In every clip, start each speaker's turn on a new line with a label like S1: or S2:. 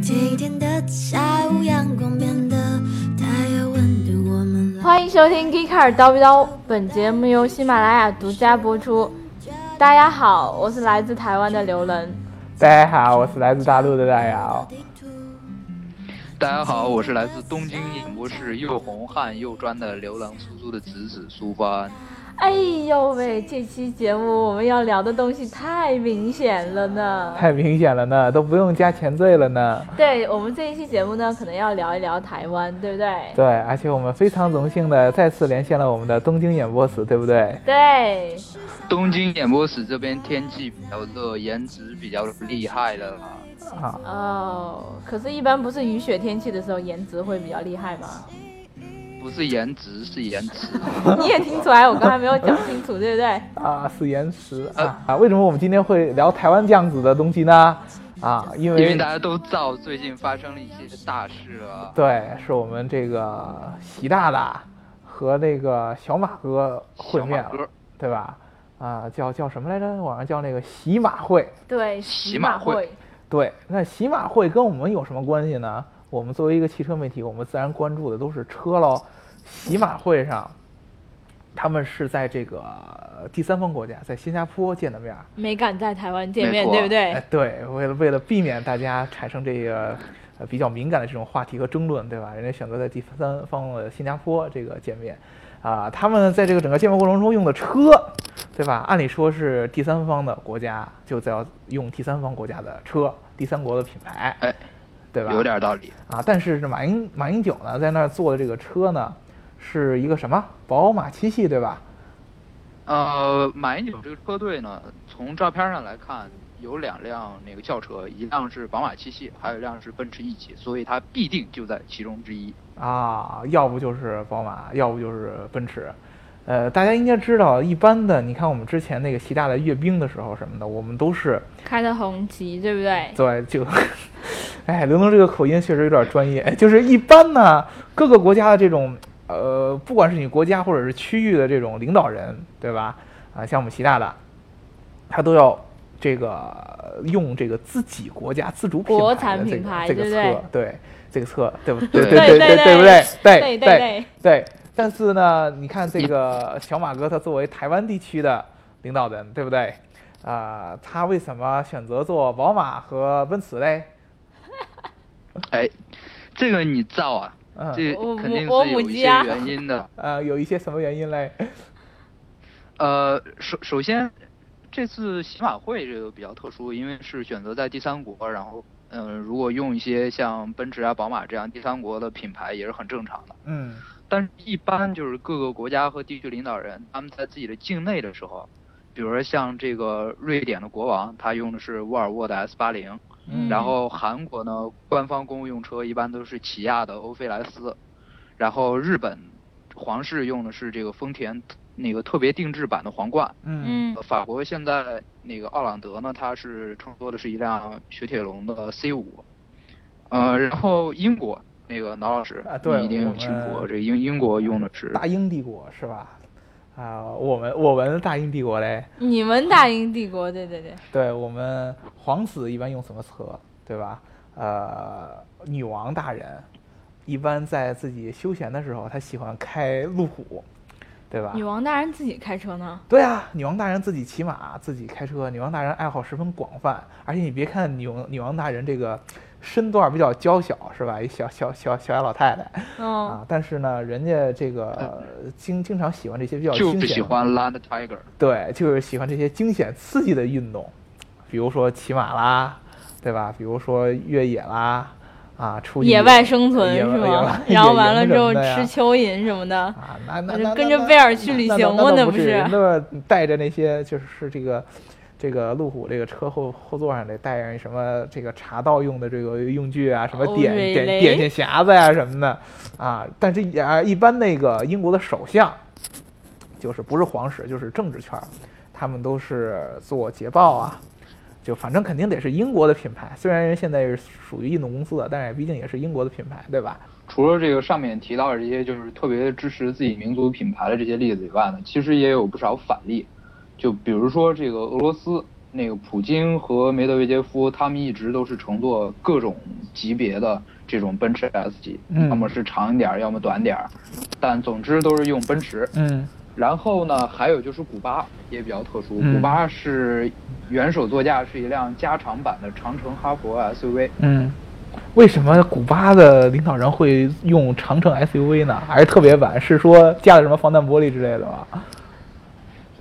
S1: 这一天的下午，阳光变得太有温度，我们来
S2: 嗯欢迎收听《g e e k a r 叨不叨》，本节目由喜马拉雅独家播出。大家好，我是来自台湾的刘能。
S3: 大家好，我是来自大陆的大姚。
S1: 地图。
S4: 大家好，我是来自东京演播室又红汉又专的刘能苏苏的侄子苏帆。
S2: 哎呦喂，这期节目我们要聊的东西太明显了呢。
S3: 太明显了呢，都不用加前缀了呢。
S2: 对我们这一期节目呢，可能要聊一聊台湾，对不对？
S3: 对，而且我们非常荣幸的再次连线了我们的东京演播室，对不对？
S2: 对，
S4: 东京演播室这边天气比较热，颜值比较厉害了啦。
S3: 啊，
S2: 哦，可是，一般不是雨雪天气的时候，颜值会比较厉害吗？
S4: 不是颜值，是颜值。
S2: 你也听出来，我刚才没有讲清楚，对不对？
S3: 啊，是延迟
S4: 呃
S3: 啊啊！为什么我们今天会聊台湾这样子的东西呢？啊，因
S4: 因
S3: 为
S4: 为大家都知道最近发生了一些大事啊了。
S3: 对，是我们这个习大大和那个小马哥会
S4: 小马
S3: 面
S4: 哥
S3: 了，对吧？啊，叫叫什么来着？网上叫那个洗马会。
S2: 对，
S4: 喜马会
S2: 会。
S3: 对，那洗马会跟我们有什么关系呢？我们作为一个汽车媒体，我们自然关注的都是车喽。洗马会上，他们是在这个呃第三方国家，在新加坡见的面儿。
S2: 没敢在台湾见面，
S4: 没错
S2: 对不对？
S3: 哎，对，为了为了避免大家产生这个呃比较敏感的这种话题和争论，对吧？人家选择在第三方的新加坡这个见面，啊、他们在这个整个见面过程中用的车，对吧？按理说是第三方的国家就在要用第三方国家的车，第三国的品牌，
S4: 哎，
S3: 对吧？
S4: 有点道理。
S3: 啊，但是这马英马英九呢，在那儿坐的这个车呢，是一个什么宝马七系，对吧？
S4: 呃，马英九这个车队呢，从照片上来看，有两辆那个轿车，一辆是宝马七系，还有一辆是奔驰 E 级，所以它必定就在其中之一。
S3: 啊，要不就是宝马，要不就是奔驰。呃，大家应该知道，一般的，你看我们之前那个习大大阅兵的时候什么的，我们都是
S2: 开的红旗，对不对？
S3: 对就，哎，刘能这个口音确实有点专业。就是一般呢，各个国家的这种呃，不管是你国家或者是区域的这种领导人，对吧？啊，像我们习大大，他都要这个用这个自己国家自主品
S2: 国
S3: 牌
S2: 产
S3: 的这
S2: 品
S3: 个
S2: 牌
S3: 这个
S2: 对不
S3: 车
S2: 对，
S3: 对这个车，对不对？
S4: 对
S3: 对
S2: 对
S3: 对
S2: 对
S3: 不 对？
S2: 对
S3: 对
S2: 对
S3: 对，但是呢，你看这个小马哥，他作为台湾地区的领导人，对不对？啊、他为什么选择做宝马和奔驰嘞？
S4: 哎，这个你造啊，
S3: 嗯，
S4: 这
S2: 我
S4: 肯定是
S2: 我母
S4: 有一
S2: 鸡
S4: 些
S2: 啊
S4: 原因的。
S3: 呃，有一些什么原因嘞？
S4: 呃，首首先，这次喜马会这个比较特殊，因为是选择在第三国，然后，嗯、如果用一些像奔驰啊、宝马这样第三国的品牌也是很正常的。
S3: 嗯，
S4: 但是，一般就是各个国家和地区领导人他们在自己的境内的时候，比如说像这个瑞典的国王，他用的是沃尔沃的 S 八零，
S2: 嗯
S4: 然后韩国呢，官方公务用车一般都是起亚的欧菲莱斯，然后日本皇室用的是这个丰田那个特别定制版的皇冠，
S3: 嗯
S2: 嗯
S4: 呃法国现在那个奥朗德呢，它是乘坐的是一辆雪铁龙的 C 五，呃，然后英国那个挠老师，
S3: 啊对
S4: 你一定
S3: 我
S4: 清
S3: 们
S4: 楚，这英英国用的是
S3: 大英帝国是吧？啊、我们我们大英帝国嘞，
S2: 你们大英帝国，对对对，
S3: 对我们皇子一般用什么车，对吧？呃，女王大人一般在自己休闲的时候，她喜欢开路虎，对吧？
S2: 女王大人自己开车呢。
S3: 对啊，女王大人自己骑马，自己开车。女王大人爱好十分广泛，而且你别看女王女王大人这个身段比较娇小，是吧？一小小小小矮老太太
S2: 嗯，
S3: 啊，但是呢，人家这个呃经经常喜欢这些比较啊
S4: 就
S3: 惊
S4: 是嗯喜
S3: 险，
S4: 欢 Land Tiger，
S3: 对，就是喜欢这些惊险刺激的运动，比如说骑马啦，对吧？比如说越野啦，啊，出去
S2: 野外生存
S3: 野
S2: 是
S3: 外野
S2: 吗
S3: 外？
S2: 然后
S3: 野
S2: 完了
S3: 营
S2: 之
S3: 什
S2: 后
S3: 么的呀
S2: 吃蚯蚓什么的。
S3: 啊，那那
S2: 我就
S3: 那
S2: 跟
S3: 那
S2: 着
S3: 那
S2: 贝尔去旅
S3: 那
S2: 行
S3: 那那
S2: 过
S3: 倒
S2: 呢
S3: 不
S2: 不
S3: 至于
S2: 是
S3: 人都是带着那些就是这个这个路虎这个车后后座上得带上什么这个茶道用的这个用具啊，什么
S2: 哦
S3: 点
S2: 瑞
S3: 点
S2: 雷
S3: 点点匣子呀、什么的啊。但是啊，一般那个英国的首相，就是不是皇室就是政治圈儿，他们都是做捷豹啊。就反正肯定得是英国的品牌，虽然人现在是属于印度公司的，啊但是毕竟也是英国的品牌，对吧？
S4: 除了这个上面提到的这些就是特别支持自己民族品牌的这些例子以外呢，其实也有不少反例，就比如说这个俄罗斯，那个普京和梅德韦杰夫他们一直都是乘坐各种级别的这种奔驰 S 级，
S3: 嗯
S4: 要么是长一点儿，要么短点儿，但总之都是用奔驰。
S3: 嗯
S4: 然后呢，还有就是古巴也比较特殊，
S3: 嗯
S4: 古巴是元首座驾是一辆加长版的长城哈弗 SUV，
S3: 嗯，为什么古巴的领导人会用长城 SUV 呢？还是特别版？是说加了什么防弹玻璃之类的吗？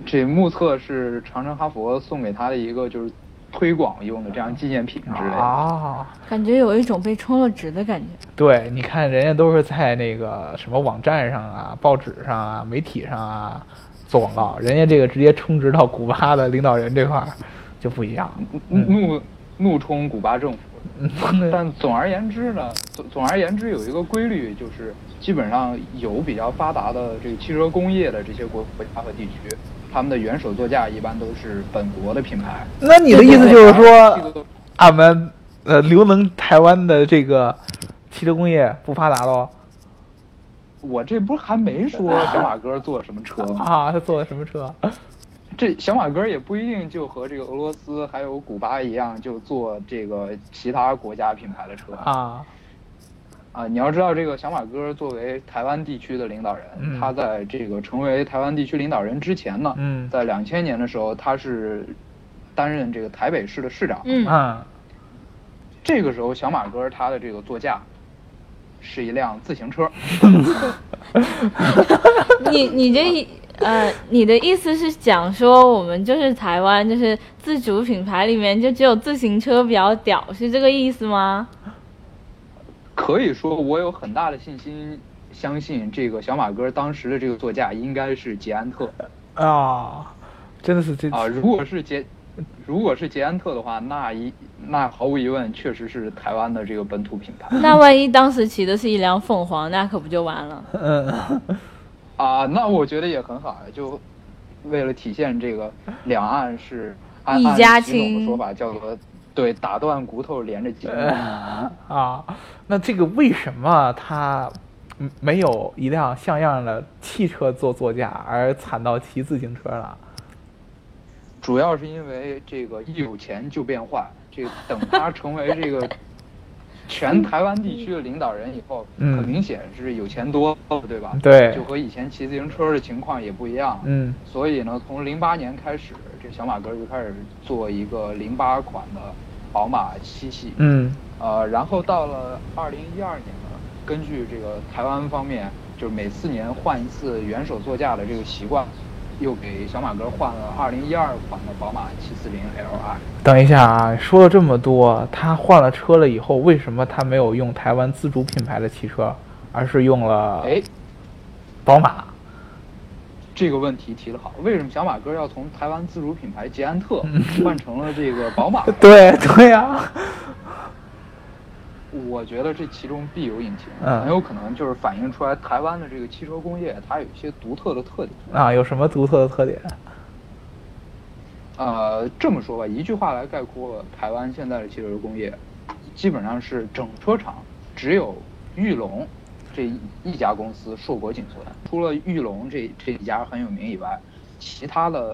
S4: 这目测是长城哈佛送给他的一个就是推广用的这样纪念品之类的。
S3: 啊，
S2: 感觉有一种被充了值的感觉。
S3: 对，你看人家都是在那个什么网站上啊、报纸上啊、媒体上啊做广告，人家这个直接充值到古巴的领导人这块儿就不一样。
S4: 怒怒冲古巴政府。
S3: 嗯，
S4: 但总而言之呢，总总而言之有一个规律，就是基本上有比较发达的这个汽车工业的这些国国家和地区，他们的元首座驾一般都是本国的品牌。
S3: 那你的意思就是
S4: 这
S3: 说，
S4: 个
S3: 俺们呃刘能台湾的这个汽车工业不发达喽？
S4: 我这不是还没说
S3: 呃
S4: 小马哥坐什么车吗？
S3: 啊，他坐的什么车？
S4: 这小马哥也不一定就和这个俄罗斯还有古巴一样，就坐这个其他国家品牌的车
S3: 啊，
S4: 啊！你要知道，这个小马哥作为台湾地区的领导人，
S3: 嗯
S4: 他在这个成为台湾地区领导人之前呢，
S3: 嗯
S4: 在两千年的时候，他是担任这个台北市的市长。
S2: 嗯
S3: 嗯
S4: 这个时候，小马哥他的这个座驾是一辆自行车。
S2: 你你这一呃，你的意思是讲说我们就是台湾，就是自主品牌里面就只有自行车比较屌，是这个意思 吗？
S4: 可以说，我有很大的信心，相信这个小马哥当时的这个座驾应该是捷安特。
S3: 啊，真的是这
S4: 啊，如果是捷，如果是捷安特的话，那一那毫无疑问确实是台湾的这个本土品牌
S2: 那万一当时骑的是一辆凤凰，那可不就完了？
S3: 嗯
S4: 啊。那我觉得也很好，啊就为了体现这个两岸是按
S2: 一
S4: 按
S2: 家
S4: 习总
S2: 亲
S4: 的说法叫做对打断骨头连着筋。
S3: 啊，那这个为什么他嗯没有一辆像样的汽车做座驾，而惨到骑自行车了？
S4: 主要是因为这个一有钱就变坏，这个等他成为这个全台湾地区的领导人以后，
S3: 嗯
S4: 很明显是有钱多了，对吧？
S3: 对
S4: 就和以前骑自行车的情况也不一样。
S3: 嗯
S4: 所以呢，从零八年开始，这小马哥就开始做一个零八款的宝马七系，
S3: 嗯
S4: 呃，然后到了二零一二年呢，根据这个台湾方面，就是每四年换一次元首座驾的这个习惯，又给小马哥换了二零一二款的宝马七四零 Li。
S3: 等一下啊，说了这么多，他换了车了以后，为什么他没有用台湾自主品牌的汽车，而是用了
S4: 哎，
S3: 宝马？
S4: 这个问题提得好，为什么小马哥要从台湾自主品牌捷安特换成了这个宝马？
S3: 对对呀、
S4: 我觉得这其中必有隐情，
S3: 嗯
S4: 很有可能就是反映出来台湾的这个汽车工业它有一些独特的特点。
S3: 啊，有什么独特的特点？
S4: 呃，这么说吧，一句话来概括台湾现在的汽车工业，基本上是整车厂只有玉龙这一家公司硕果仅存，除了玉龙这这一家很有名以外，其他的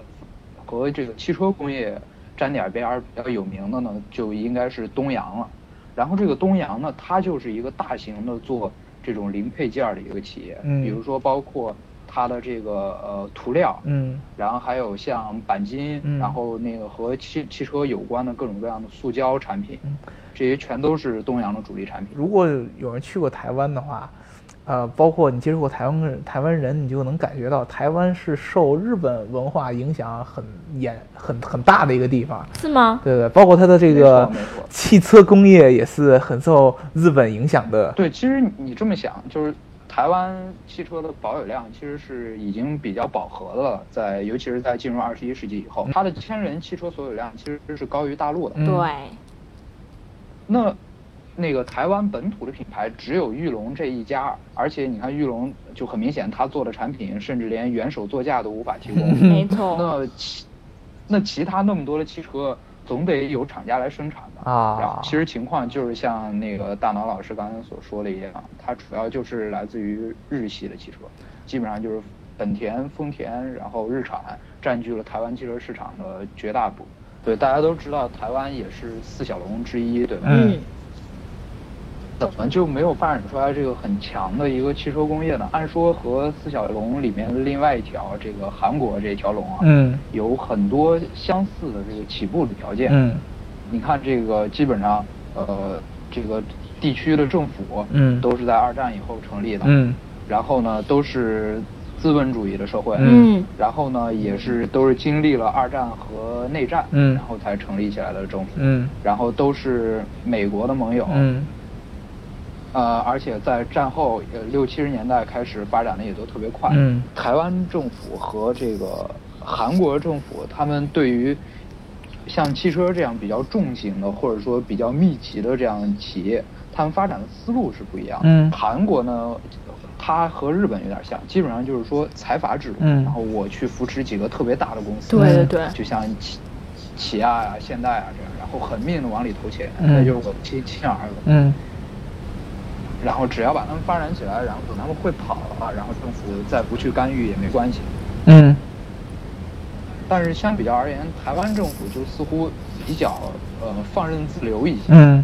S4: 和这个汽车工业沾点边儿比较有名的呢，就应该是东阳了。然后这个东阳呢，它就是一个大型的做这种零配件儿的一个企业，
S3: 嗯
S4: 比如说包括它的这个呃涂料，
S3: 嗯
S4: 然后还有像钣金，
S3: 嗯
S4: 然后那个和汽汽车有关的各种各样的塑胶产品，
S3: 嗯
S4: 这些全都是东阳的主力产品。
S3: 如果有人去过台湾的话，呃，包括你接触过台湾人台湾人，你就能感觉到台湾是受日本文化影响很严、很很大的一个地方。
S2: 是吗？
S3: 对对，包括它的这个
S4: 没错没错
S3: 汽车工业也是很受日本影响的。
S4: 对，其实你这么想，就是台湾汽车的保有量其实是已经比较饱和了，在尤其是在进入二十一世纪以后，它的千人汽车所有量其实是高于大陆的。
S3: 嗯
S2: 对，
S4: 那那个台湾本土的品牌只有玉龙这一家，而且你看玉龙就很明显，它做的产品甚至连元首座驾都无法 提供。
S3: 嗯
S2: 没错。
S4: 那其那其他那么多的汽车，总得有厂家来生产吧？然后
S3: 啊，
S4: 其实情况就是像那个大脑老师刚才所说的一样，它主要就是来自于日系的汽车，基本上就是本田、丰田，然后日产占据了台湾汽车市场的绝大部分。对，大家都知道台湾也是四小龙之一，对吧？
S3: 嗯
S4: 怎么就没有发展出来这个很强的一个汽车工业呢？按说和四小龙里面的另外一条这个韩国这条龙啊，
S3: 嗯
S4: 有很多相似的这个起步的条件。
S3: 嗯
S4: 你看这个基本上，呃，这个地区的政府，
S3: 嗯
S4: 都是在二战以后成立的，
S3: 嗯
S4: 然后呢，都是资本主义的社会，
S2: 嗯
S4: 然后呢，也是都是经历了二战和内战，
S3: 嗯
S4: 然后才成立起来的政府，
S3: 嗯
S4: 然后都是美国的盟友，
S3: 嗯
S4: 呃，而且在战后呃六七十年代开始发展的也都特别快。
S3: 嗯
S4: 台湾政府和这个韩国政府，他们对于像汽车这样比较重型的，或者说比较密集的这样的企业，他们发展的思路是不一样的。
S3: 嗯
S4: 韩国呢，它和日本有点像，基本上就是说财阀制度，
S3: 嗯
S4: 然后我去扶持几个特别大的公司，
S2: 对对对
S4: 就像起起亚呀、现代啊这样，然后狠命的往里投钱，
S3: 嗯
S4: 那就是我亲亲儿子。
S3: 嗯
S4: 然后只要把他们发展起来，然后他们会跑啊，然后政府再不去干预也没关系。
S3: 嗯
S4: 但是相比较而言，台湾政府就似乎比较呃放任自流一些。
S3: 嗯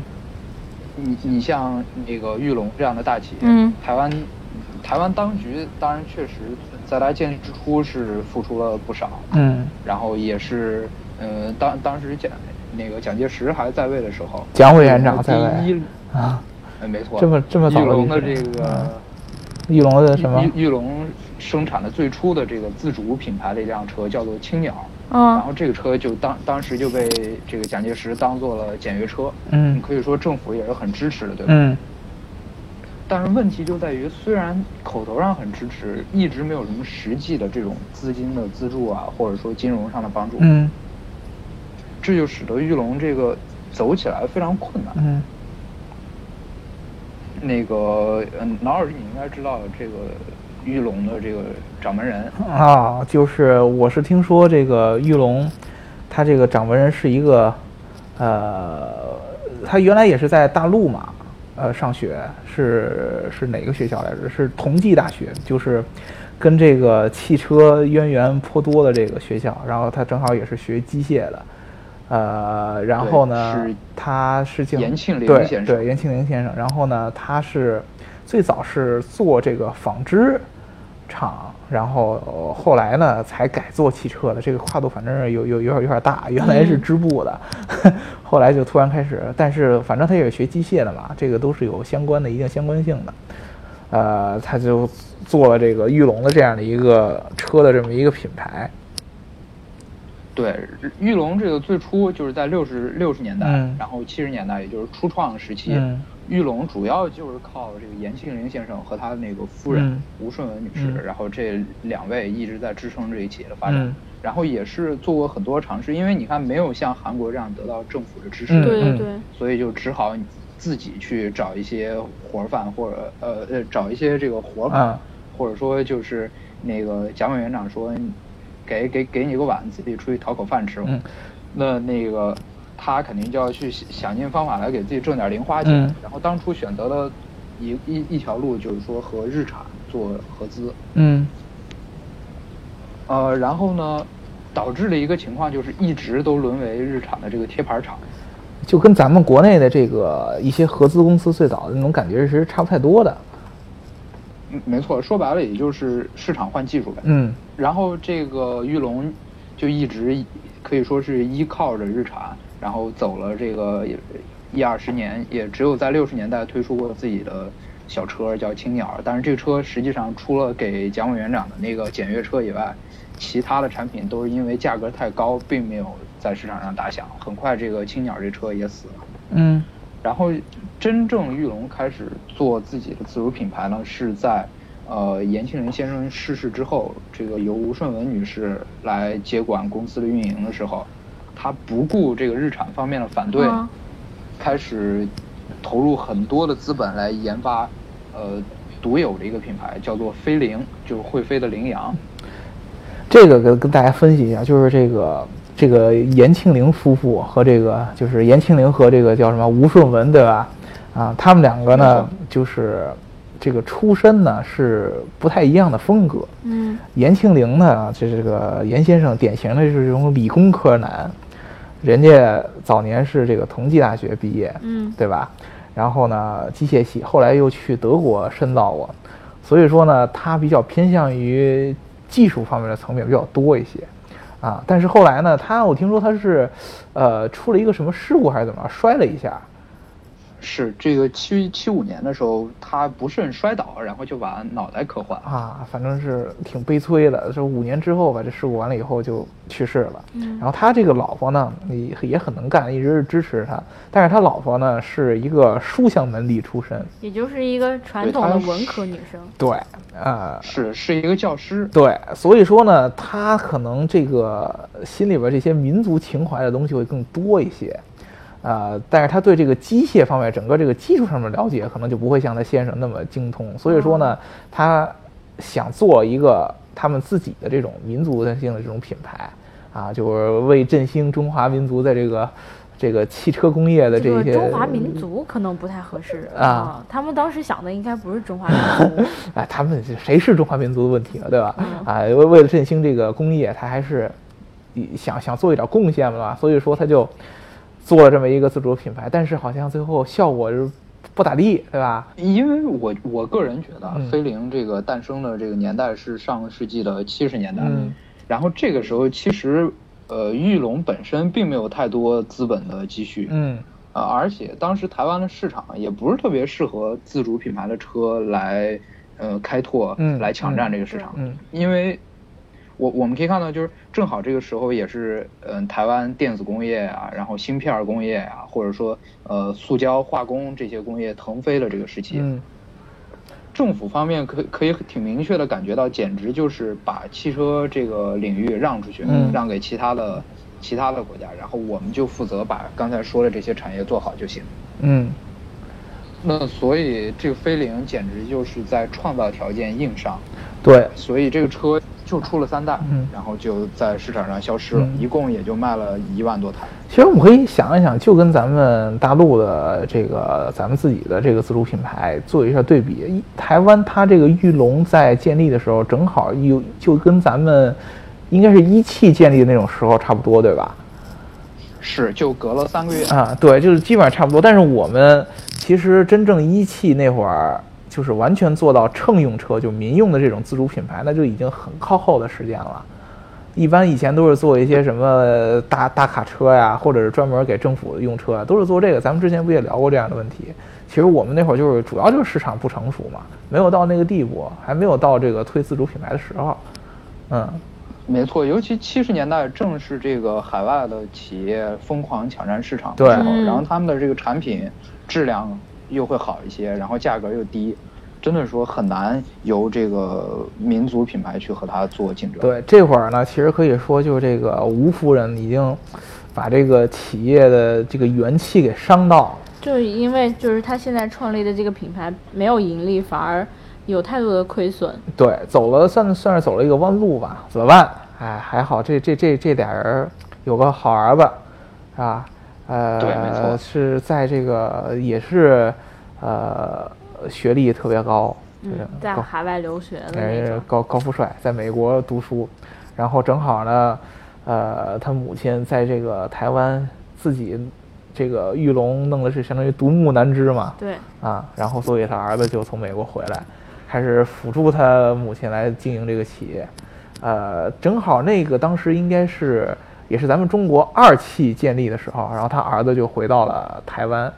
S4: 你你像那个玉龙这样的大企业，
S2: 嗯
S4: 台湾台湾当局当然确实在它建立之初是付出了不少，
S3: 嗯，
S4: 然后也是呃当当时蒋那个蒋介石还在位的时候，
S3: 蒋委员长
S4: 呃
S3: 在
S4: 第
S3: 位
S4: 一，
S3: 啊，
S4: 呃没错，
S3: 这么这么早
S4: 玉
S3: 的
S4: 龙的
S3: 历
S4: 这
S3: 史
S4: 个。
S3: 嗯玉龙的什么？
S4: 玉玉龙生产的最初的这个自主品牌的一辆车叫做青鸟，
S3: 啊
S4: 然
S2: 嗯
S4: 后这个车就当当时就被这个蒋介石当做了检阅车，
S3: 嗯
S4: 可以说政府也是很支持的，对吧？
S3: 嗯
S4: 但是问题就在于，虽然口头上很支持，一直没有什么实际的这种资金的资助啊，或者说金融上的帮助，
S3: 嗯
S4: 这就使得玉龙这个走起来非常困难。
S3: 嗯
S4: 那个，嗯，老师你应该知道这个玉龙的这个掌门人，
S3: 啊，就是我是听说这个玉龙，他这个掌门人是一个，呃，他原来也是在大陆嘛，呃，上学是是哪个学校来着？是同济大学，就是跟这个汽车渊源颇多的这个学校。然后他正好也是学机械的，呃，然
S4: 对
S3: 后呢
S4: 是，
S3: 他是姓
S4: 严庆龄
S3: 对
S4: 先生
S3: 对严庆龄先生。然后呢，他是最早是做这个纺织厂，然后后来呢才改做汽车的。这个跨度反正有有有点有点大，原来是织布的， 后来就突然开始，但是反正他也是学机械的嘛，这个都是有相关的一定相关性的。呃，他就做了这个玉龙的这样的一个车的这么一个品牌，
S4: 对，玉龙这个最初就是在六十六十年代，
S3: 嗯
S4: 然后七十年代，也就是初创时期，
S3: 嗯
S4: 玉龙主要就是靠这个严庆龄先生和他那个夫人、
S3: 嗯
S4: 吴顺文女士，
S3: 嗯
S4: 然后这两位一直在支撑这一企业的发展。
S3: 嗯
S4: 然后也是做过很多尝试，因为你看没有像韩国这样得到政府的支持，
S3: 嗯
S2: 对对对，
S4: 所以就只好你自己去找一些活儿饭，或者呃呃找一些这个活儿干，
S3: 啊
S4: 或者说就是那个蒋委员长说，你给给给你个碗，自己出去讨口饭吃吧。
S3: 嗯
S4: 那那个他肯定就要去想想尽方法来给自己挣点零花钱。
S3: 嗯
S4: 然后当初选择了一一一条路，就是说和日产做合资。
S3: 嗯
S4: 呃，然后呢，导致了一个情况就是一直都沦为日产的这个贴牌厂。
S3: 就跟咱们国内的这个一些合资公司最早的那种感觉是差不太多的。
S4: 嗯，没错，说白了也就是市场换技术呗。
S3: 嗯
S4: 然后这个玉龙就一直可以说是依靠着日产，然后走了这个一二十年，也只有在六十年代推出过自己的小车叫青鸟。但是这个车实际上除了给蒋委员长的那个检阅车以外，其他的产品都是因为价格太高，并没有在市场上打响。很快，这个青鸟这车也死了。
S3: 嗯
S4: 然后，真正玉龙开始做自己的自主品牌呢，是在呃严庆林先生逝世之后，这个由吴顺文女士来接管公司的运营的时候，她不顾这个日产方面的反对，
S5: 嗯
S2: 啊
S4: 开始投入很多的资本来研发呃独有的一个品牌，叫做飞羚，就是会飞的羚羊。
S3: 这个跟跟大家分析一下，就是这个这个严庆龄夫妇和这个就是严庆龄和这个叫什么吴顺文，对吧？啊，他们两个呢，就是这个出身呢是不太一样的风格。
S2: 嗯
S3: 严庆龄呢，这这个严先生典型的就是这种理工科男，人家早年是这个同济大学毕业，
S2: 嗯
S3: 对吧？然后呢，机械系，后来又去德国深造过，所以说呢，他比较偏向于技术方面的层面比较多一些，啊，但是后来呢，他我听说他是，呃，出了一个什么事故还是怎么着，摔了一下，
S4: 是这个七七五年的时候，他不慎摔倒，然后就把脑袋磕坏了。
S3: 啊，反正是挺悲催的。是五年之后吧，这事故完了以后就去世了。然后他这个老婆呢，也也很能干，一直是支持他。但是他老婆呢，是一个书香门第出身，
S5: 也就是一个传
S4: 对
S5: 统
S4: 她
S5: 的
S4: 是
S5: 文科女生。
S3: 对，呃，
S4: 是是一个教师，
S3: 对，所以说呢，他可能这个心里边这些民族情怀的东西会更多一些，呃，但是他对这个机械方面整个这个技术上面了解，可能就不会像他先生那么精通。所以说
S5: 哦
S3: 呢，他想做一个他们自己的这种民族性的这种品牌，啊，就是为振兴中华民族在这个这个汽车工业的
S5: 这个
S3: 些
S5: 中华民族可能不太合适
S3: 啊
S5: 他们当时想的应该不是中华 民族，嗯
S3: 哎，他们是谁是中华民族的问题了，对吧？啊，为为了振兴这个工业，他还是以想想做一点贡献嘛，所以说他就做了这么一个自主品牌，但是好像最后效果是不咋地，对吧？
S4: 因为我我个人觉得啊
S3: 嗯
S4: 飞凌这个诞生的这个年代是上个世纪的七十年代，
S3: 嗯
S4: 然后这个时候其实呃玉龙本身并没有太多资本的积蓄，
S3: 嗯
S4: 呃，而且当时台湾的市场也不是特别适合自主品牌的车来呃开拓，
S3: 嗯
S4: 来抢占
S3: 嗯
S4: 这个市场，
S3: 嗯
S4: 因为我我们可以看到，就是正好这个时候也是，嗯、台湾电子工业啊，然后芯片儿工业啊，或者说呃塑胶化工这些工业腾飞的这个时期，
S3: 嗯
S4: 政府方面可可以挺明确的感觉到，简直就是把汽车这个领域让出去，
S3: 嗯
S4: 让给其他的其他的国家，然后我们就负责把刚才说的这些产业做好就行。
S3: 嗯，
S4: 那所以这个飞凌简直就是在创造条件硬伤，
S3: 对，
S4: 所以这个车就出了三代，
S3: 嗯
S4: 然后就在市场上消失了，
S3: 嗯
S4: 一共也就卖了一万多台。
S3: 其实我们可以想一想，就跟咱们大陆的这个咱们自己的这个自主品牌做一下对比。一台湾它这个玉龙在建立的时候，正好有就跟咱们应该是一汽建立的那种时候差不多，对吧？
S4: 是，就隔了三个月，
S3: 啊，对，就是基本上差不多。但是我们其实真正一汽那会儿，就是完全做到乘用车就民用的这种自主品牌，那就已经很靠后的时间了。一般以前都是做一些什么大大卡车呀，或者是专门给政府用车啊，都是做这个。咱们之前不也聊过这样的问题？其实我们那会儿就是主要就是市场不成熟嘛，没有到那个地步，还没有到这个推自主品牌的时候。嗯，
S4: 没错，尤其七十年代正是这个海外的企业疯狂抢占市场
S3: 对
S4: 的时候，
S2: 嗯
S4: 然后他们的这个产品质量又会好一些，然后价格又低，真的说很难由这个民族品牌去和它做竞争。，
S3: 对，这会儿呢，其实可以说，就这个吴夫人已经把这个企业的这个元气给伤到了。
S2: 就是因为就是他现在创立的这个品牌没有盈利，反而有太多的亏损。
S3: 对，走了算算是走了一个弯路吧，怎么办？哎，还好这这这这俩人儿有个好儿子，是吧？呃，
S4: 对没错
S3: 是在这个也是呃学历特别高，就是
S5: 嗯，在
S3: 高
S5: 海外留学的那
S3: 是
S5: 种。
S3: 哎高高富帅，在美国读书，然后正好呢，呃，他母亲在这个台湾自己这个玉龙弄的是相当于独木难支嘛，
S5: 对，
S3: 啊，然后所以他儿子就从美国回来，开始辅助他母亲来经营这个企业，呃，正好那个当时应该是也是咱们中国二期建立的时候，然后他儿子就回到了台湾。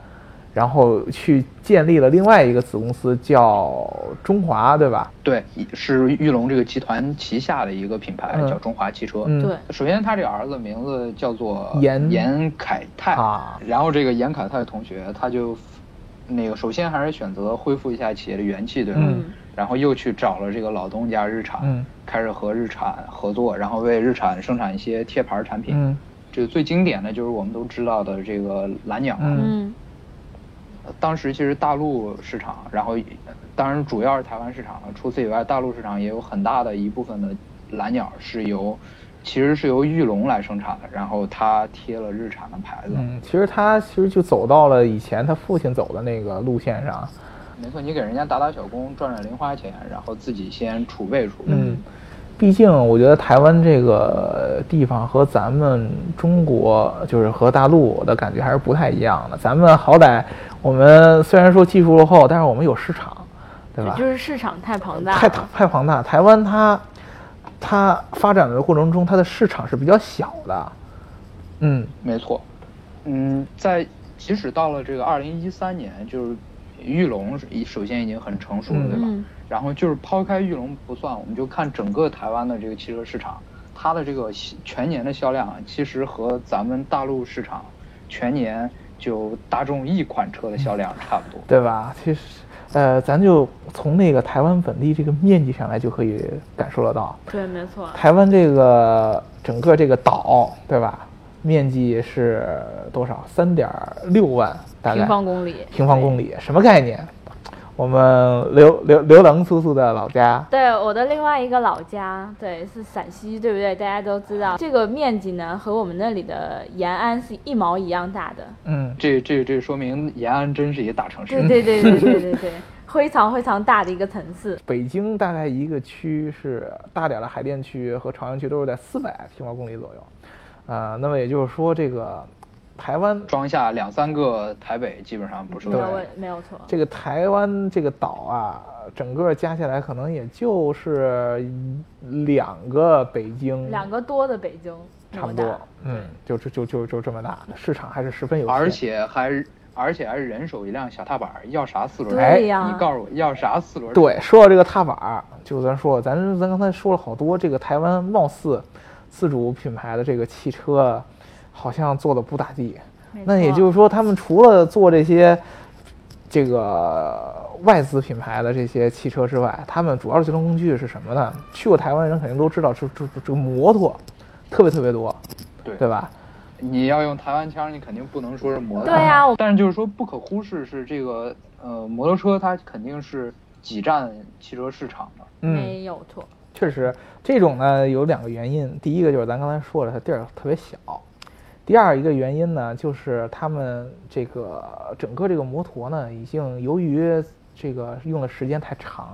S3: 然后去建立了另外一个子公司，叫中华，对吧？
S4: 对，是玉龙这个集团旗下的一个品牌，
S3: 嗯
S4: 叫中华汽车。
S3: 嗯，
S5: 对，
S4: 首先，他这个儿子名字叫做
S3: 严
S4: 严凯泰
S3: 啊
S4: 然后这个严凯泰同学他就那个首先还是选择恢复一下企业的元气，对吧？
S3: 嗯
S4: 然后又去找了这个老东家日产，
S3: 嗯
S4: 开始和日产合作，然后为日产生产一些贴牌产品。
S3: 嗯
S4: 这个最经典的就是我们都知道的这个蓝鸟，
S3: 嗯
S5: 嗯，
S4: 当时其实大陆市场，然后当然主要是台湾市场了。除此以外，大陆市场也有很大的一部分的蓝鸟是由，其实是由玉龙来生产的，然后它贴了日产的牌子。
S3: 嗯，其实他其实就走到了以前他父亲走的那个路线上，
S4: 没错，你给人家打打小工，赚赚零花钱，然后自己先储备储备。
S3: 嗯，毕竟我觉得台湾这个地方和咱们中国，就是和大陆我的感觉还是不太一样的。咱们好歹我们虽然说技术落后，但是我们有市场，对吧？
S5: 就是市场太庞大了，
S3: 太太庞大。台湾它它发展的过程中，它的市场是比较小的。嗯，
S4: 没错，嗯，在即使到了这个二零一三年，就是玉龙已首先已经很成熟了，
S3: 嗯
S4: 对吧？
S5: 嗯
S4: 然后就是抛开玉龙不算，我们就看整个台湾的这个汽车市场，它的这个销全年的销量啊，其实和咱们大陆市场全年就大众一款车的销量差不多。
S3: 对吧？其实，呃，咱就从那个台湾本地这个面积上来就可以感受得到。
S5: 对，没错，
S3: 台湾这个整个这个岛，对吧？面积是多少？三点六万大概
S5: 平方公里。
S3: 平方公里，什么概念？我们刘刘刘能叔叔的老家，
S5: 对，我的另外一个老家，对，是陕西，对不对？大家都知
S3: 嗯
S5: 道，这个面积呢和我们那里的延安是一毛一样大的。
S3: 嗯，
S4: 这这这说明延安真是一大城市
S5: 对。对对对对对对， 非常非常大的一个城市。
S3: 北京大概一个区是大点儿的海淀区和朝阳区都是在四百平方公里左右，呃，那么也就是说，这个台湾
S4: 装下两三个台北基本上不是
S5: 没
S4: 问
S5: 有
S4: 题。
S5: 问，没有错。
S3: 这个台湾这个岛啊，整个加起来可能也就是两个北京，
S5: 两个多的北京，那
S3: 差
S5: 么
S3: 不
S5: 大
S3: 多，嗯，就就就就就这么大，市场还是十分有限。
S4: 而，且还是而且还是人手一辆小踏板儿，要啥四轮儿？
S3: 哎
S5: 对呀、
S4: 你告诉我要啥四轮儿？
S3: 对，说到这个踏板儿，就咱说，咱咱刚才说了好多，这个台湾貌似自主品牌的这个汽车，好像做的不咋地。
S5: 没
S3: 那也
S5: 错
S3: 就是说，他们除了做这些这个外资品牌的这些汽车之外，他们主要的交通工具是什么呢？去过台湾的人肯定都知道，这这这这个摩托特别特别多，
S4: 对
S3: 对吧？
S4: 你要用台湾腔，你肯定不能说是摩托。
S5: 对啊呀、我
S4: 但是就是说，不可忽视是这个呃，摩托车它肯定是挤占汽车市场的。
S3: 嗯，
S5: 没有错。
S3: 确实，这种呢有两个原因，第一个就是咱刚才说了，它地儿特别小。第二一个原因呢，就是他们这个整个这个摩托呢，已经由于这个用的时间太长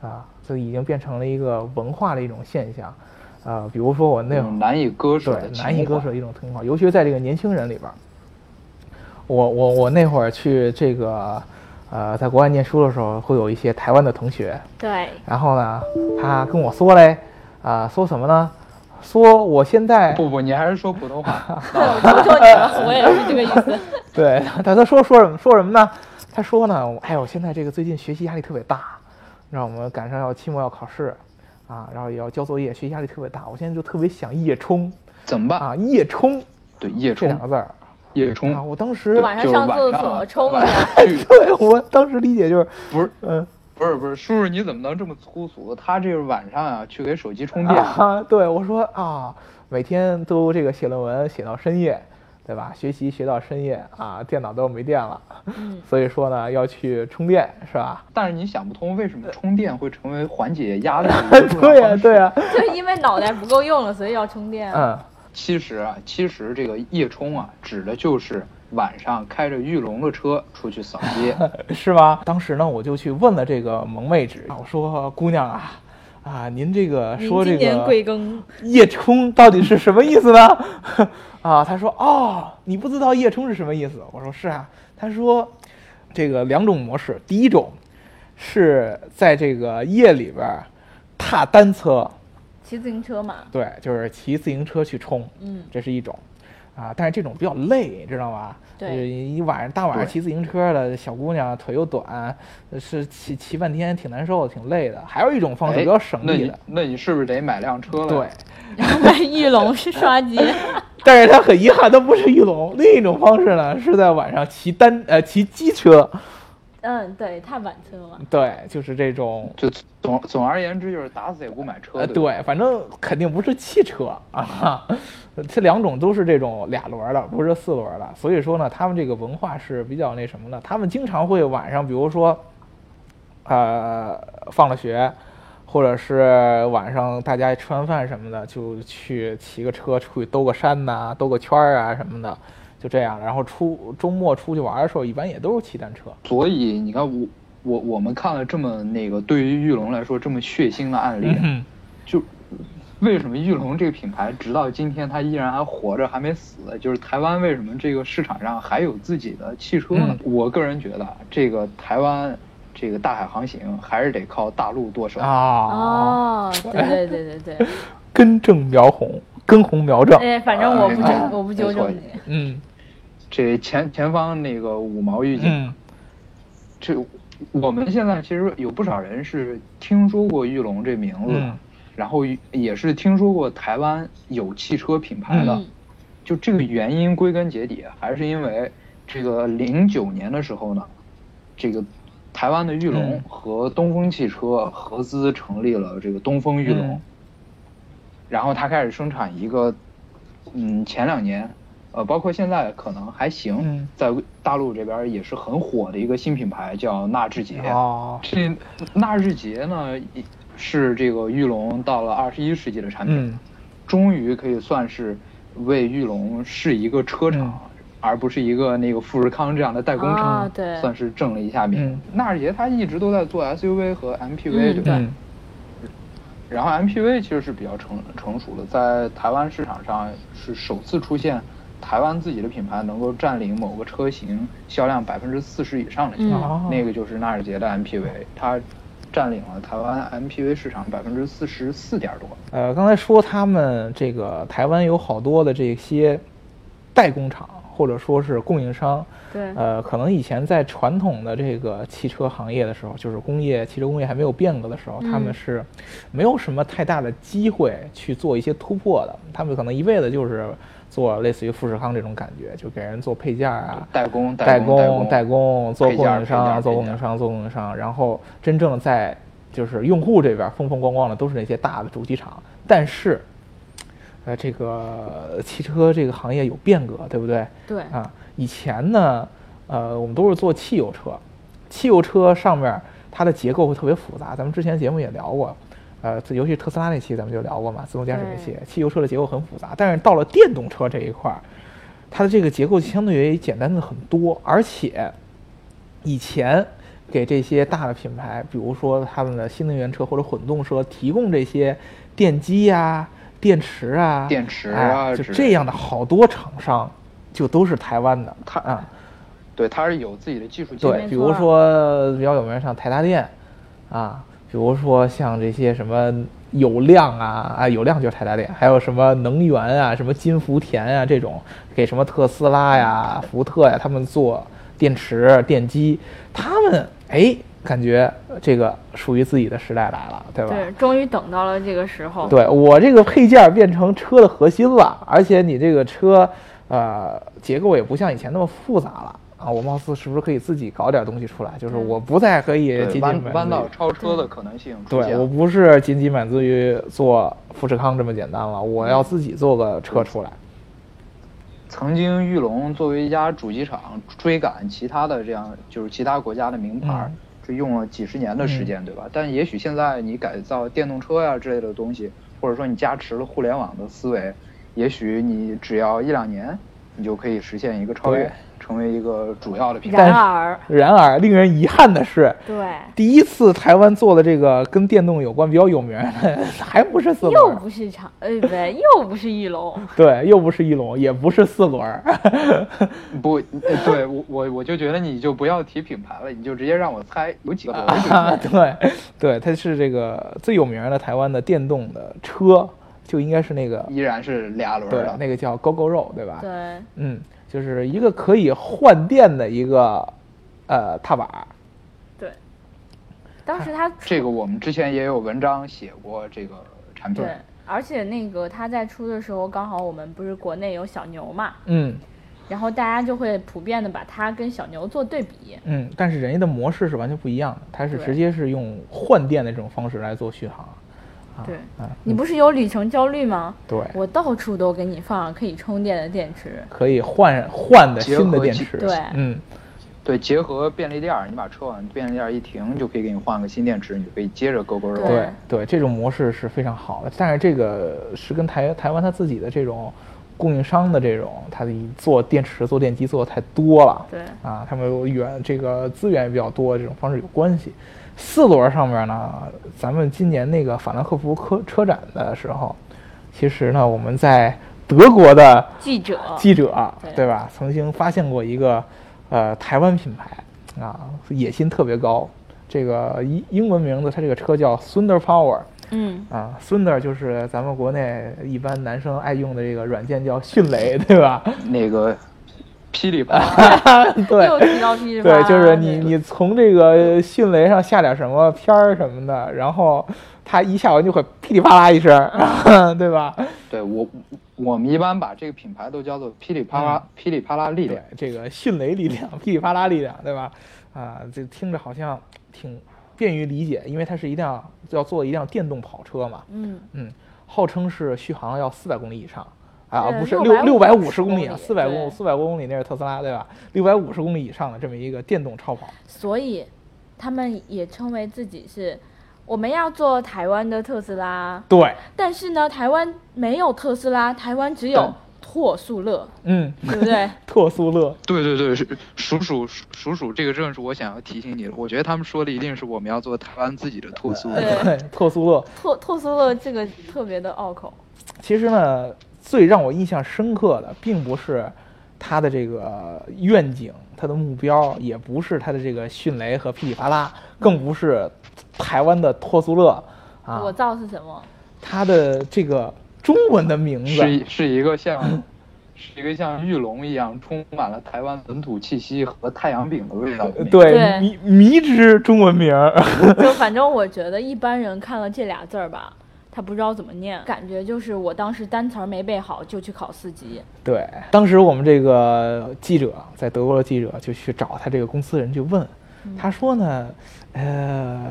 S3: 了，啊，这已经变成了一个文化的一种现象，啊，比如说我那会儿
S4: 种难以割舍的
S3: 对
S4: 情
S3: 难以割嗯
S4: 怀
S3: 舍的一种情况，尤其是在这个年轻人里边儿。我我我那会儿去这个呃，在国外念书的时候，会有一些台湾的同学，
S5: 对，
S3: 然后呢，他跟我说嘞，啊、说什么呢？说我现在
S4: 哎不不，你还是说普 通话。
S3: 嗯
S5: 我听说你了，我也是这个意思。
S3: 对，他他说说什么说什么呢？他说呢，我哎呦，我现在这个最近学习压力特别大，让我们赶上要期末要考试，啊，然后也要交作业，学习压力特别大。我现在就特别想夜冲
S4: 怎么办？
S3: 啊，夜冲
S4: 对，夜
S3: 这两
S4: 冲
S3: 个，字儿
S4: 夜
S3: 啊，
S4: 冲，
S3: 我当
S4: 对
S3: 时
S5: 晚上
S4: 就是
S5: 上厕所
S4: 晚
S5: 冲一
S4: 晚
S5: 下
S4: 上 去
S3: 对我当时理解就是，
S4: 不是
S3: 嗯、
S4: 不是不是，叔叔你怎么能这么粗俗？他这是晚上啊，去给手机 充电。
S3: 啊，对我说啊，每天都这个写论文写到深夜，对吧？学习学到深夜啊，电脑都没电了，
S5: 嗯，
S3: 所以说呢要去充电，是 吧？
S4: 但是你想不通为什么充电会成为缓解压力的一 个重要
S3: 对呀、
S4: 方式
S3: 对呀、
S5: 就是因为脑袋不够用了，所以要充电。
S3: 嗯。
S4: 其实啊，其实这个夜冲啊，指的就是晚上开着玉龙的车出去扫 街。 哎
S3: 是吗？当时呢，我就去问了这个萌妹纸，我说：“姑娘啊，啊，您这个
S2: 您
S3: 说这
S2: 今年
S3: 个
S2: 贵庚？
S3: 夜冲到底是什么意思呢？” 啊，她说：“哦，你不知道夜冲是什么意思？”我说：“是啊。”她说：“这个两种模式，第一种是在这个夜里边儿踏单车，
S5: 骑自行车嘛，
S3: 对，就是骑自行车去冲，
S5: 嗯，
S3: 这是一种。”啊，但是这种比较累，你知道吧？
S5: 对
S3: 就是你晚上大晚上
S4: 对
S3: 骑自行车的小姑娘腿又短，呃是骑骑半天挺难受的，挺累的。还有一种方式
S4: 哎
S3: 比较省
S4: 那
S3: 力
S4: 你
S3: 的，
S4: 那你是不是得买辆车了？
S3: 对，，
S2: 然后买玉龙是刷机，
S3: 但是它很遗憾，它不是玉龙。另一种方式呢，是在晚上骑单呃骑机车，
S5: 嗯，对，踏板车嘛，
S3: 对，就是这种。
S4: 就总总而言之，就是打死也不买车。
S3: 呃，
S4: 吧，
S3: 对，反正肯定不是汽车啊， 这两种都是这种俩轮儿的，不是四轮儿的。所以说呢，他们这个文化是比较那什么的，他们经常会晚上，比如说，呃，放了学，或者是晚上大家吃完饭什么的，就去骑个车出去兜个山呐、兜个圈儿啊什么的，就这样。然后出周末出去玩儿的时候，一般也都是骑单车。
S4: 所以你看我我我们看了这么那个对于玉龙来说这么血腥的案例，啊
S3: 嗯，
S4: 就为什么玉龙这个品牌直到今天它依然还活着，还没死？就是台湾为什么这个市场上还有自己的汽车
S3: 嗯
S4: 呢？我个人觉得啊这个台湾这个大海航行还是得靠大陆剁手。
S3: 嗯啊，
S5: 哦，对对对对对，
S3: 根正苗红，根红苗正。
S5: 哎，反正我不纠
S4: 哎
S5: 我不纠正
S4: 没错
S5: 你，
S3: 嗯
S4: 这前前方那个五毛预警，
S3: 嗯
S4: 这我们现在其实有不少人是听说过玉龙这名字的，
S3: 嗯
S4: 然后也是听说过台湾有汽车品牌的。
S5: 嗯
S4: 就这个原因，归根结底还是因为这个零九年的时候呢，这个台湾的玉龙
S3: 嗯
S4: 和东风汽车合资成立了这个东风玉龙，
S3: 嗯
S4: 然后它开始生产一个，嗯，前两年，呃，包括现在可能还行，
S3: 嗯
S4: 在大陆这边也是很火的一个新品牌叫纳智捷。
S3: 哦，
S4: 这纳智捷呢，是这个玉龙到了二十一世纪的产品，
S3: 嗯
S4: 终于可以算是为玉龙是一个车厂，而不是一个那个富士康这样的代工厂，
S5: 啊对
S4: 算是挣了一下名
S3: 嗯。
S4: 纳智捷它一直都在做 SUV 和 MPV，、
S5: 嗯
S4: 对吧？
S3: 嗯
S4: 然后 MPV 其实是比较成成熟的，在台湾市场上是首次出现台湾自己的品牌能够占领某个车型销量百分之四十以上的情况，
S3: 嗯
S4: 那个就是纳智捷的 MPV，它占领了台湾 MPV 市场百分之四十四点多。
S3: 呃，刚才说他们这个台湾有好多的这些代工厂或者说是供应商，
S5: 对
S3: 呃，可能以前在传统的这个汽车行业的时候，就是工业汽车工业还没有变革的时候，他们是没有什么太大的机会去做一些突破的，他们可能一味的就是做类似于富士康这种感觉，就给人做配件儿啊，
S4: 代工、
S3: 代
S4: 工、
S3: 代工做
S4: 配
S3: 供
S4: 件儿
S3: 应商、做
S4: 配
S3: 供
S4: 件儿
S3: 应商、做供应商，然后真正在就是用户这边风风光光的都是那些大的主机厂，但是，呃，这个汽车这个行业有变革，对不对？
S5: 对
S3: 啊，以前呢，呃，我们都是做汽油车，汽油车上面它的结构会特别复杂，咱们之前节目也聊过。呃，尤其是特斯拉那期咱们就聊过嘛，自动驾驶那期，汽油车的结构很复杂，但是到了电动车这一块儿，它的这个结构相对于简单的很多，而且以前给这些大的品牌，比如说他们的新能源车或者混动车，提供这些电机啊、电池啊、
S4: 电池啊
S3: 哎就
S4: 之类
S3: 这
S4: 的
S3: 样的好多厂商，就都是台湾的。
S4: 它
S3: 啊，
S4: 对，它是有自己的技术积
S3: 对，
S4: 累
S3: 比。如说比较有名儿像台达电，啊，比如说像这些什么有亮啊，啊有亮就是台达电，还有什么能源啊，什么金福田啊这种，给什么特斯拉呀、福特呀他们做电池、电机，他们哎感觉这个属于自己的时代来了，对吧？
S5: 对，终于等到了这个时候，
S3: 对我这个配件儿变成车的核心了，而且你这个车，呃，结构也不像以前那么复杂了啊。我貌似是不是可以自己搞点东西出来？就是我不再可以
S4: 对
S3: 仅仅满足
S4: 弯
S3: 于
S4: 弯道超车的可能性出现
S3: 对
S4: 了。
S3: 我不是仅仅满足于做富士康这么简单了，我要自己做个车出来。
S4: 曾经玉龙作为一家主机厂追赶其他的这样就是其他国家的名牌
S3: 嗯，
S4: 是用了几十年的时间，对吧？但也许现在你改造电动车呀、之类的东西，或者说你加持了互联网的思维，也许你只要一两年，你就可以实现一个超越
S3: 对，
S4: 成为一个主要的品牌。
S5: 然而，
S3: 然而，令人遗憾的是，
S5: 对，
S3: 第一次台湾做的这个跟电动有关比较有名的， 还不是四轮
S5: 又
S3: 儿，
S5: 不是长，呃，不对，又不是翼龙，
S3: 对，又不是翼龙，也不是四轮儿。
S4: 不， 呃对我我我就觉得你就不要提品牌了，你就直接让我猜 有几个轮儿就行
S3: 啊，对，对，它是这个最有名儿的台湾的电动的车，就应该是那个，
S4: 依然是俩轮儿
S3: 对
S4: 的，。
S3: 那个叫 GoGo 肉，对吧？，
S5: 对，
S3: 嗯，就是一个可以换电的一个呃踏板儿，
S5: 对，当时他
S4: 这个我们之前也有文章写过这个产品。
S5: 对，而且那个他在出的时候，刚好我们不是国内有小牛嘛，
S3: 嗯
S5: 然后大家就会普遍的把它跟小牛做对比。
S3: 嗯，但是人家的模式是完全不一样的，它是
S5: 对
S3: 直接是用换电的这种方式来做续航，啊，
S5: 对
S3: 啊，
S5: 你不是有里程焦虑吗？
S3: 对，
S5: 我到处都给你放可以充电的电池。
S3: 可以换换的
S4: 结
S3: 新的
S4: 合
S3: 电
S4: 技
S3: 池，
S5: 对
S3: 嗯，
S4: 对，结合便利店儿，你把车往便利店儿一停，就可以给你换个新电池，你就可以接着勾勾肉。
S5: 对
S3: 对对，这种模式是非常好的，但是这个是跟台台湾它自己的这种供应商的这种，它的做电池、做电机做的太多了，
S5: 对
S3: 啊，他们有源这个资源也比较多，这种方式有关系。四轮上面呢，咱们今年那个法兰克福车车展的时候，其实呢，我们在德国的
S5: 记者
S3: 记者啊
S5: 对
S3: 对吧？曾经发现过一个呃台湾品牌啊，野心特别高。这个英英文名字，它这个车叫 Thunder Power
S5: 嗯，
S3: 啊，Thunder 就是咱们国内一般男生爱用的这个软件叫迅 雷，对吧？
S4: 那个噼里啪啦，
S3: 对，
S5: 又提到噼里啪啦
S3: 对，就是你你从这个迅雷上下点什么片儿什么的，然后它一下完就会噼里啪啦一声， 对吧？
S4: 对我我们一般把这个品牌都叫做噼里啪啦噼里啪啦力
S3: 对
S4: 量。
S3: 这个迅雷力量、噼里啪啦力量，对吧？啊，这听着好像挺便于理解，因为它是一辆要做一辆电动跑车嘛，
S5: 嗯，
S3: 嗯，号称是续航要四百公里以上啊，
S5: 对
S3: 不是六
S5: 650
S3: 六百五十公里啊，四
S5: 公
S3: 百
S5: 里
S3: 公四百公里那是特斯拉对吧？六百五十公里以上的这么一个电动超跑，
S5: 所以他们也称为自己是我们要做台湾的特斯拉，
S3: 对，
S5: 但是呢，台湾没有特斯拉，台湾只有
S4: 对
S5: 拓速乐，
S3: 嗯，
S5: 对不对？
S3: 特速乐，
S4: 对对对，是鼠鼠鼠鼠，这个正是我想要提醒你的。我觉得他们说的一定是我们要做台湾自己的特速。
S5: 对
S3: 对，特速乐，
S5: 拓拓速乐这个特别的拗口，
S3: 其实呢，最让我印象深刻的，并不是他的这个愿景，他的目标，也不是他的这个迅雷和噼里啪啦，更不是台湾的托苏勒啊
S5: 我，造是什么？
S3: 他的这个中文的名
S4: 是
S3: 字，
S4: 一是一个
S3: 嗯
S4: 像，是一个像玉龙一样充满了台湾本土气息和太阳饼的味道。，
S3: 对
S5: 对
S3: 迷迷之中文名儿，
S5: 就反正我觉得一般人看了这俩字儿吧，他不知道怎么念，感觉就是我当时单词儿没背好就去考四级。
S3: 对，当时我们这个记者在德国的记者就去找他这个公司人去问，他说呢，呃，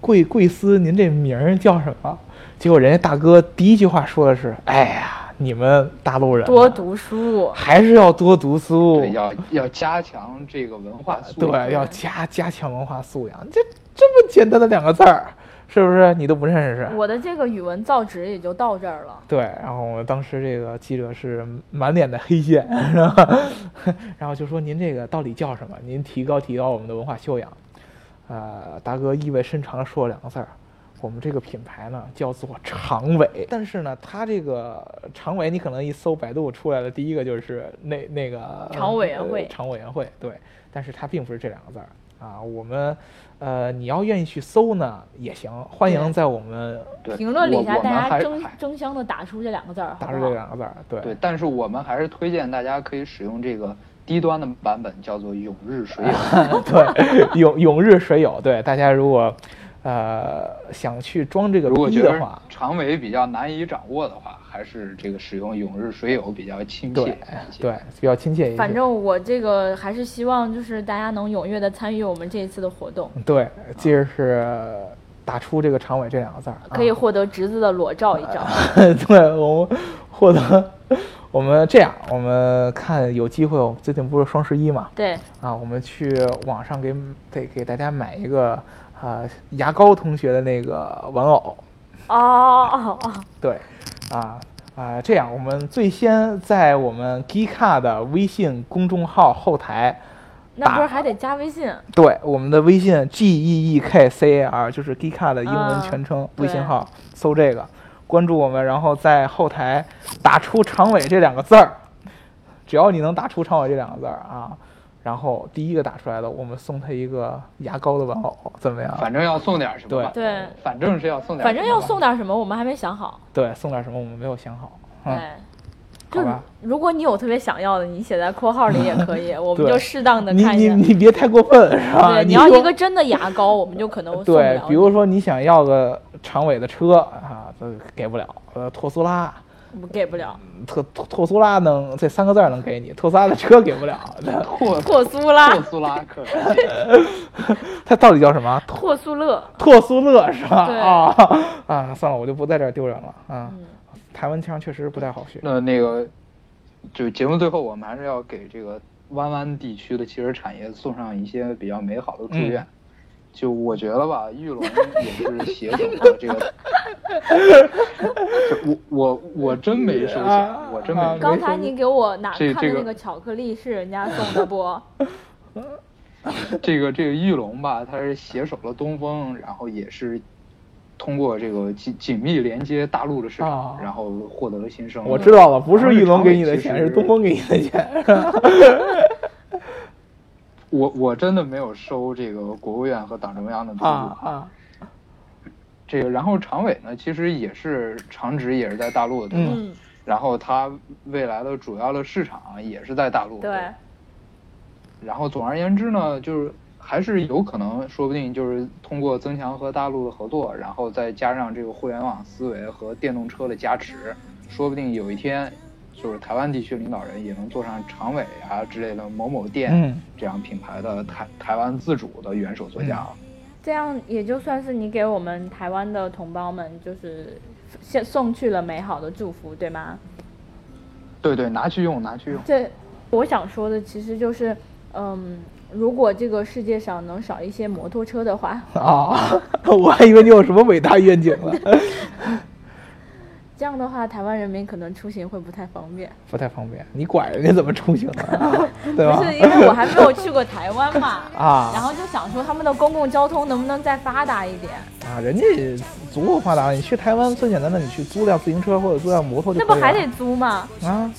S3: 贵贵司，您这名儿叫什么？结果人家大哥第一句话说的是，哎呀，你们大陆人啊
S5: 多读书，
S3: 还是要多读书，
S4: 对，要要加强这个文化素养。
S3: 对，要加加强文化素养，这这么简单的两个字儿，是不是你都不认识？
S5: 我的这个语文造纸也就到这儿了。
S3: 对，然后我们当时这个记者是满脸的黑线， 然后然后就说您这个到底叫什么？您提高提高我们的文化修养。呃，达哥意味深长地说了两个字儿，我们这个品牌呢叫做长尾，但是呢，它这个长尾你可能一搜百度出来的第一个就是那那个
S5: 常委员会
S3: 呃常委员会对，但是它并不是这两个字儿。啊，我们，呃，你要愿意去搜呢也行，欢迎在我们
S4: 对
S5: 评论里
S4: 我
S5: 下，
S4: 我们
S5: 大家
S4: 还
S5: 争
S4: 还
S5: 争相的打出这两个字儿，好
S3: 打
S5: 不
S3: 出这
S5: 好？
S3: 两个字儿，对
S4: 对，但是我们还是推荐大家可以使用这个低端的版本，叫做永日水 友。
S3: 对，永永日水友，对大家如果呃想去装这个
S4: 如果
S3: 逼
S4: 觉
S3: 的
S4: 得
S3: 话，
S4: 长尾比较难以掌握的话，还是这个使用永日水友比较亲切
S3: 对
S4: 一些。
S3: 对比较亲切一些。
S5: 反正我这个还是希望就是大家能踊跃的参与我们这一次的活动，
S3: 对，接着是打出这个“常委”这两个字儿，
S5: 可以
S3: 啊、
S5: 获得侄子的裸照一张。
S3: 对我们获得。我们这样，我们看有机会，我们最近不是双十一嘛，
S5: 对，
S3: 啊，我们去网上给得给大家买一个啊、牙膏同学的那个玩偶，
S5: 哦哦哦，
S3: 对，啊啊，这样我们最先在我们 Geeka 的微信公众号后台，
S5: 那不是还得加微信？
S3: 对我们的微信 G E E K C A R，就是 Geeka 的英文
S5: 啊
S3: 全称、微信
S5: 对
S3: 号，搜这个，关注我们，然后在后台打出“常委”这两个字儿，只要你能打出“常委”这两个字儿啊。然后第一个打出来的，我们送他一个牙膏的玩偶，怎么样？
S4: 反正要送点什么吧。
S5: 对
S3: 嗯
S5: 对
S4: 反正是要送点。
S5: 反正要。送点什么，我们还没想好。
S3: 对，送点什么我们没有想好。嗯，
S5: 对，就
S3: 好
S5: 是
S3: 吧
S5: 如果你有特别想要的，你写在括号里也可 以，我们就适当的
S3: 你
S5: 看一
S3: 你
S5: 下。
S3: 你别太过分，是吧？
S5: 对，你要一个真的牙膏，我们就 可能送不了
S3: 对
S5: 你。，
S3: 比如说你想要个长尾的车啊，这给不了。呃，拓苏拉，
S5: 我们给不了
S3: 特拓拓苏拉能这三个字儿能给你，拓苏拉的车给不了。它
S4: 拓
S5: 拓啊苏拉
S4: 拓、苏拉可以。
S3: 它到底叫什么？拓
S5: 拓苏乐，
S3: 拓苏勒是吧？
S5: 对嗯
S3: 啊啊，算了，我就不在这儿丢人了啊。台湾腔确实不太好学。
S4: 那那个，就节目最后，我们还是要给这个湾湾地区的汽车产业送上一些比较美
S3: 嗯
S4: 好的祝愿。就我觉得吧，玉龙也是携手了这个我我我真没收
S3: 啊
S4: 钱，我真没收
S3: 啊
S4: 钱。
S5: 刚才你给我拿
S4: 这
S5: 看的
S4: 这个
S5: 那个巧克力是人家送的不？
S4: 这个这个玉龙吧，他是携手了东风，然后也是通过这个紧紧密连接大陆的市场，
S3: 啊
S4: 然后获得了新生。
S3: 我知道了，不是
S4: 然后
S3: 玉龙给你的
S4: 长尾其
S3: 钱，
S4: 实
S3: 是东风给你的 钱。
S4: 我我真的没有收这个国务院和党中央的补助。
S3: 啊啊，
S4: 这个然后常委呢，其实也是常职也是在大陆的，对吧？
S3: 嗯
S4: 然后他未来的主要的市场啊也是在大陆。
S5: 对
S4: 吧。然后总而言之呢，就是还是有可能，说不定就是通过增强和大陆的合作，然后再加上这个互联网思维和电动车的加持，说不定有一天，就是台湾地区领导人也能坐上常委啊之类的某某店、
S3: 嗯
S4: 这样品牌的台台湾自主的元首座驾。
S5: 这样也就算是你给我们台湾的同胞们，就是献送去了美好的祝福，对吗？
S4: 对对，拿去用，拿去用。
S5: 这我想说的其实就是，嗯，如果这个世界上能少一些摩托车的话，
S3: 啊！我还以为你有什么伟大愿景呢，
S5: 这样的话台湾人民可能出行会不太方便。
S3: 不太方便。你管人家怎么出行 啊？ 对吧，
S5: 不？是因为我还没有去过台湾嘛
S3: 啊
S5: 然后就想说他们的公共交通能不能再发达一点？
S3: 啊，人家足够发达了。你去台湾最简单的，你去租辆自行车或者租辆摩托就
S5: 那
S3: 可以
S5: 不
S3: 了。
S5: 还得租吗？
S3: 啊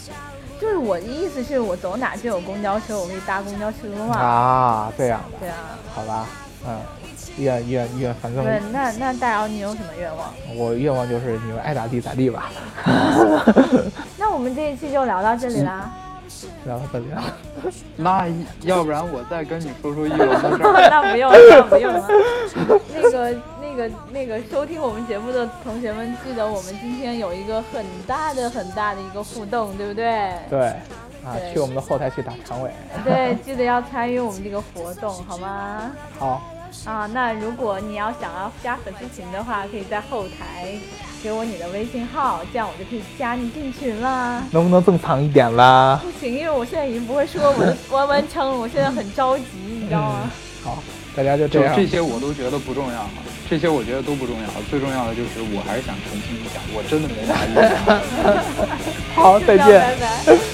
S5: 就是我的意思是我走哪就有公交车，我可以搭公交车嘛。
S3: 啊，这样
S5: 对啊，
S3: 的，好吧？嗯，愿愿愿，反正
S5: 对，那那大姚你有什么愿望？
S3: 我愿望就是你们爱咋地咋地吧。
S5: 那我们这一期就聊到这里啦。
S3: 然后再聊。
S4: 那要不然我再跟你说说玉龙的事儿。
S5: 那不用，那不用了。那个、那个、那个，收听我们节目的同学们，记得我们今天有一个很大的、很大的一个互动，对不对？
S3: 对，啊，
S5: 对
S3: 去我们的后台去打常委。
S5: 对，记得要参与我们这个活动，好吗？
S3: 好，
S5: 啊，那如果你要想要加粉丝群的话，可以在后台给我你的微信号，这样我就可以加你进群啦。
S3: 能不能正常一点啦？
S5: 不行，因为我现在已经不会说我的 弯弯腔了，我现在很着急，你知道吗？
S3: 好，大家就
S4: 就
S3: 这样。
S4: 这些我都觉得不重要了，这些我觉得都不重要，最重要的就是我还是想澄清一下，我真的没啥意思。
S3: 嗯好，再
S5: 那
S3: 见。
S5: 拜拜。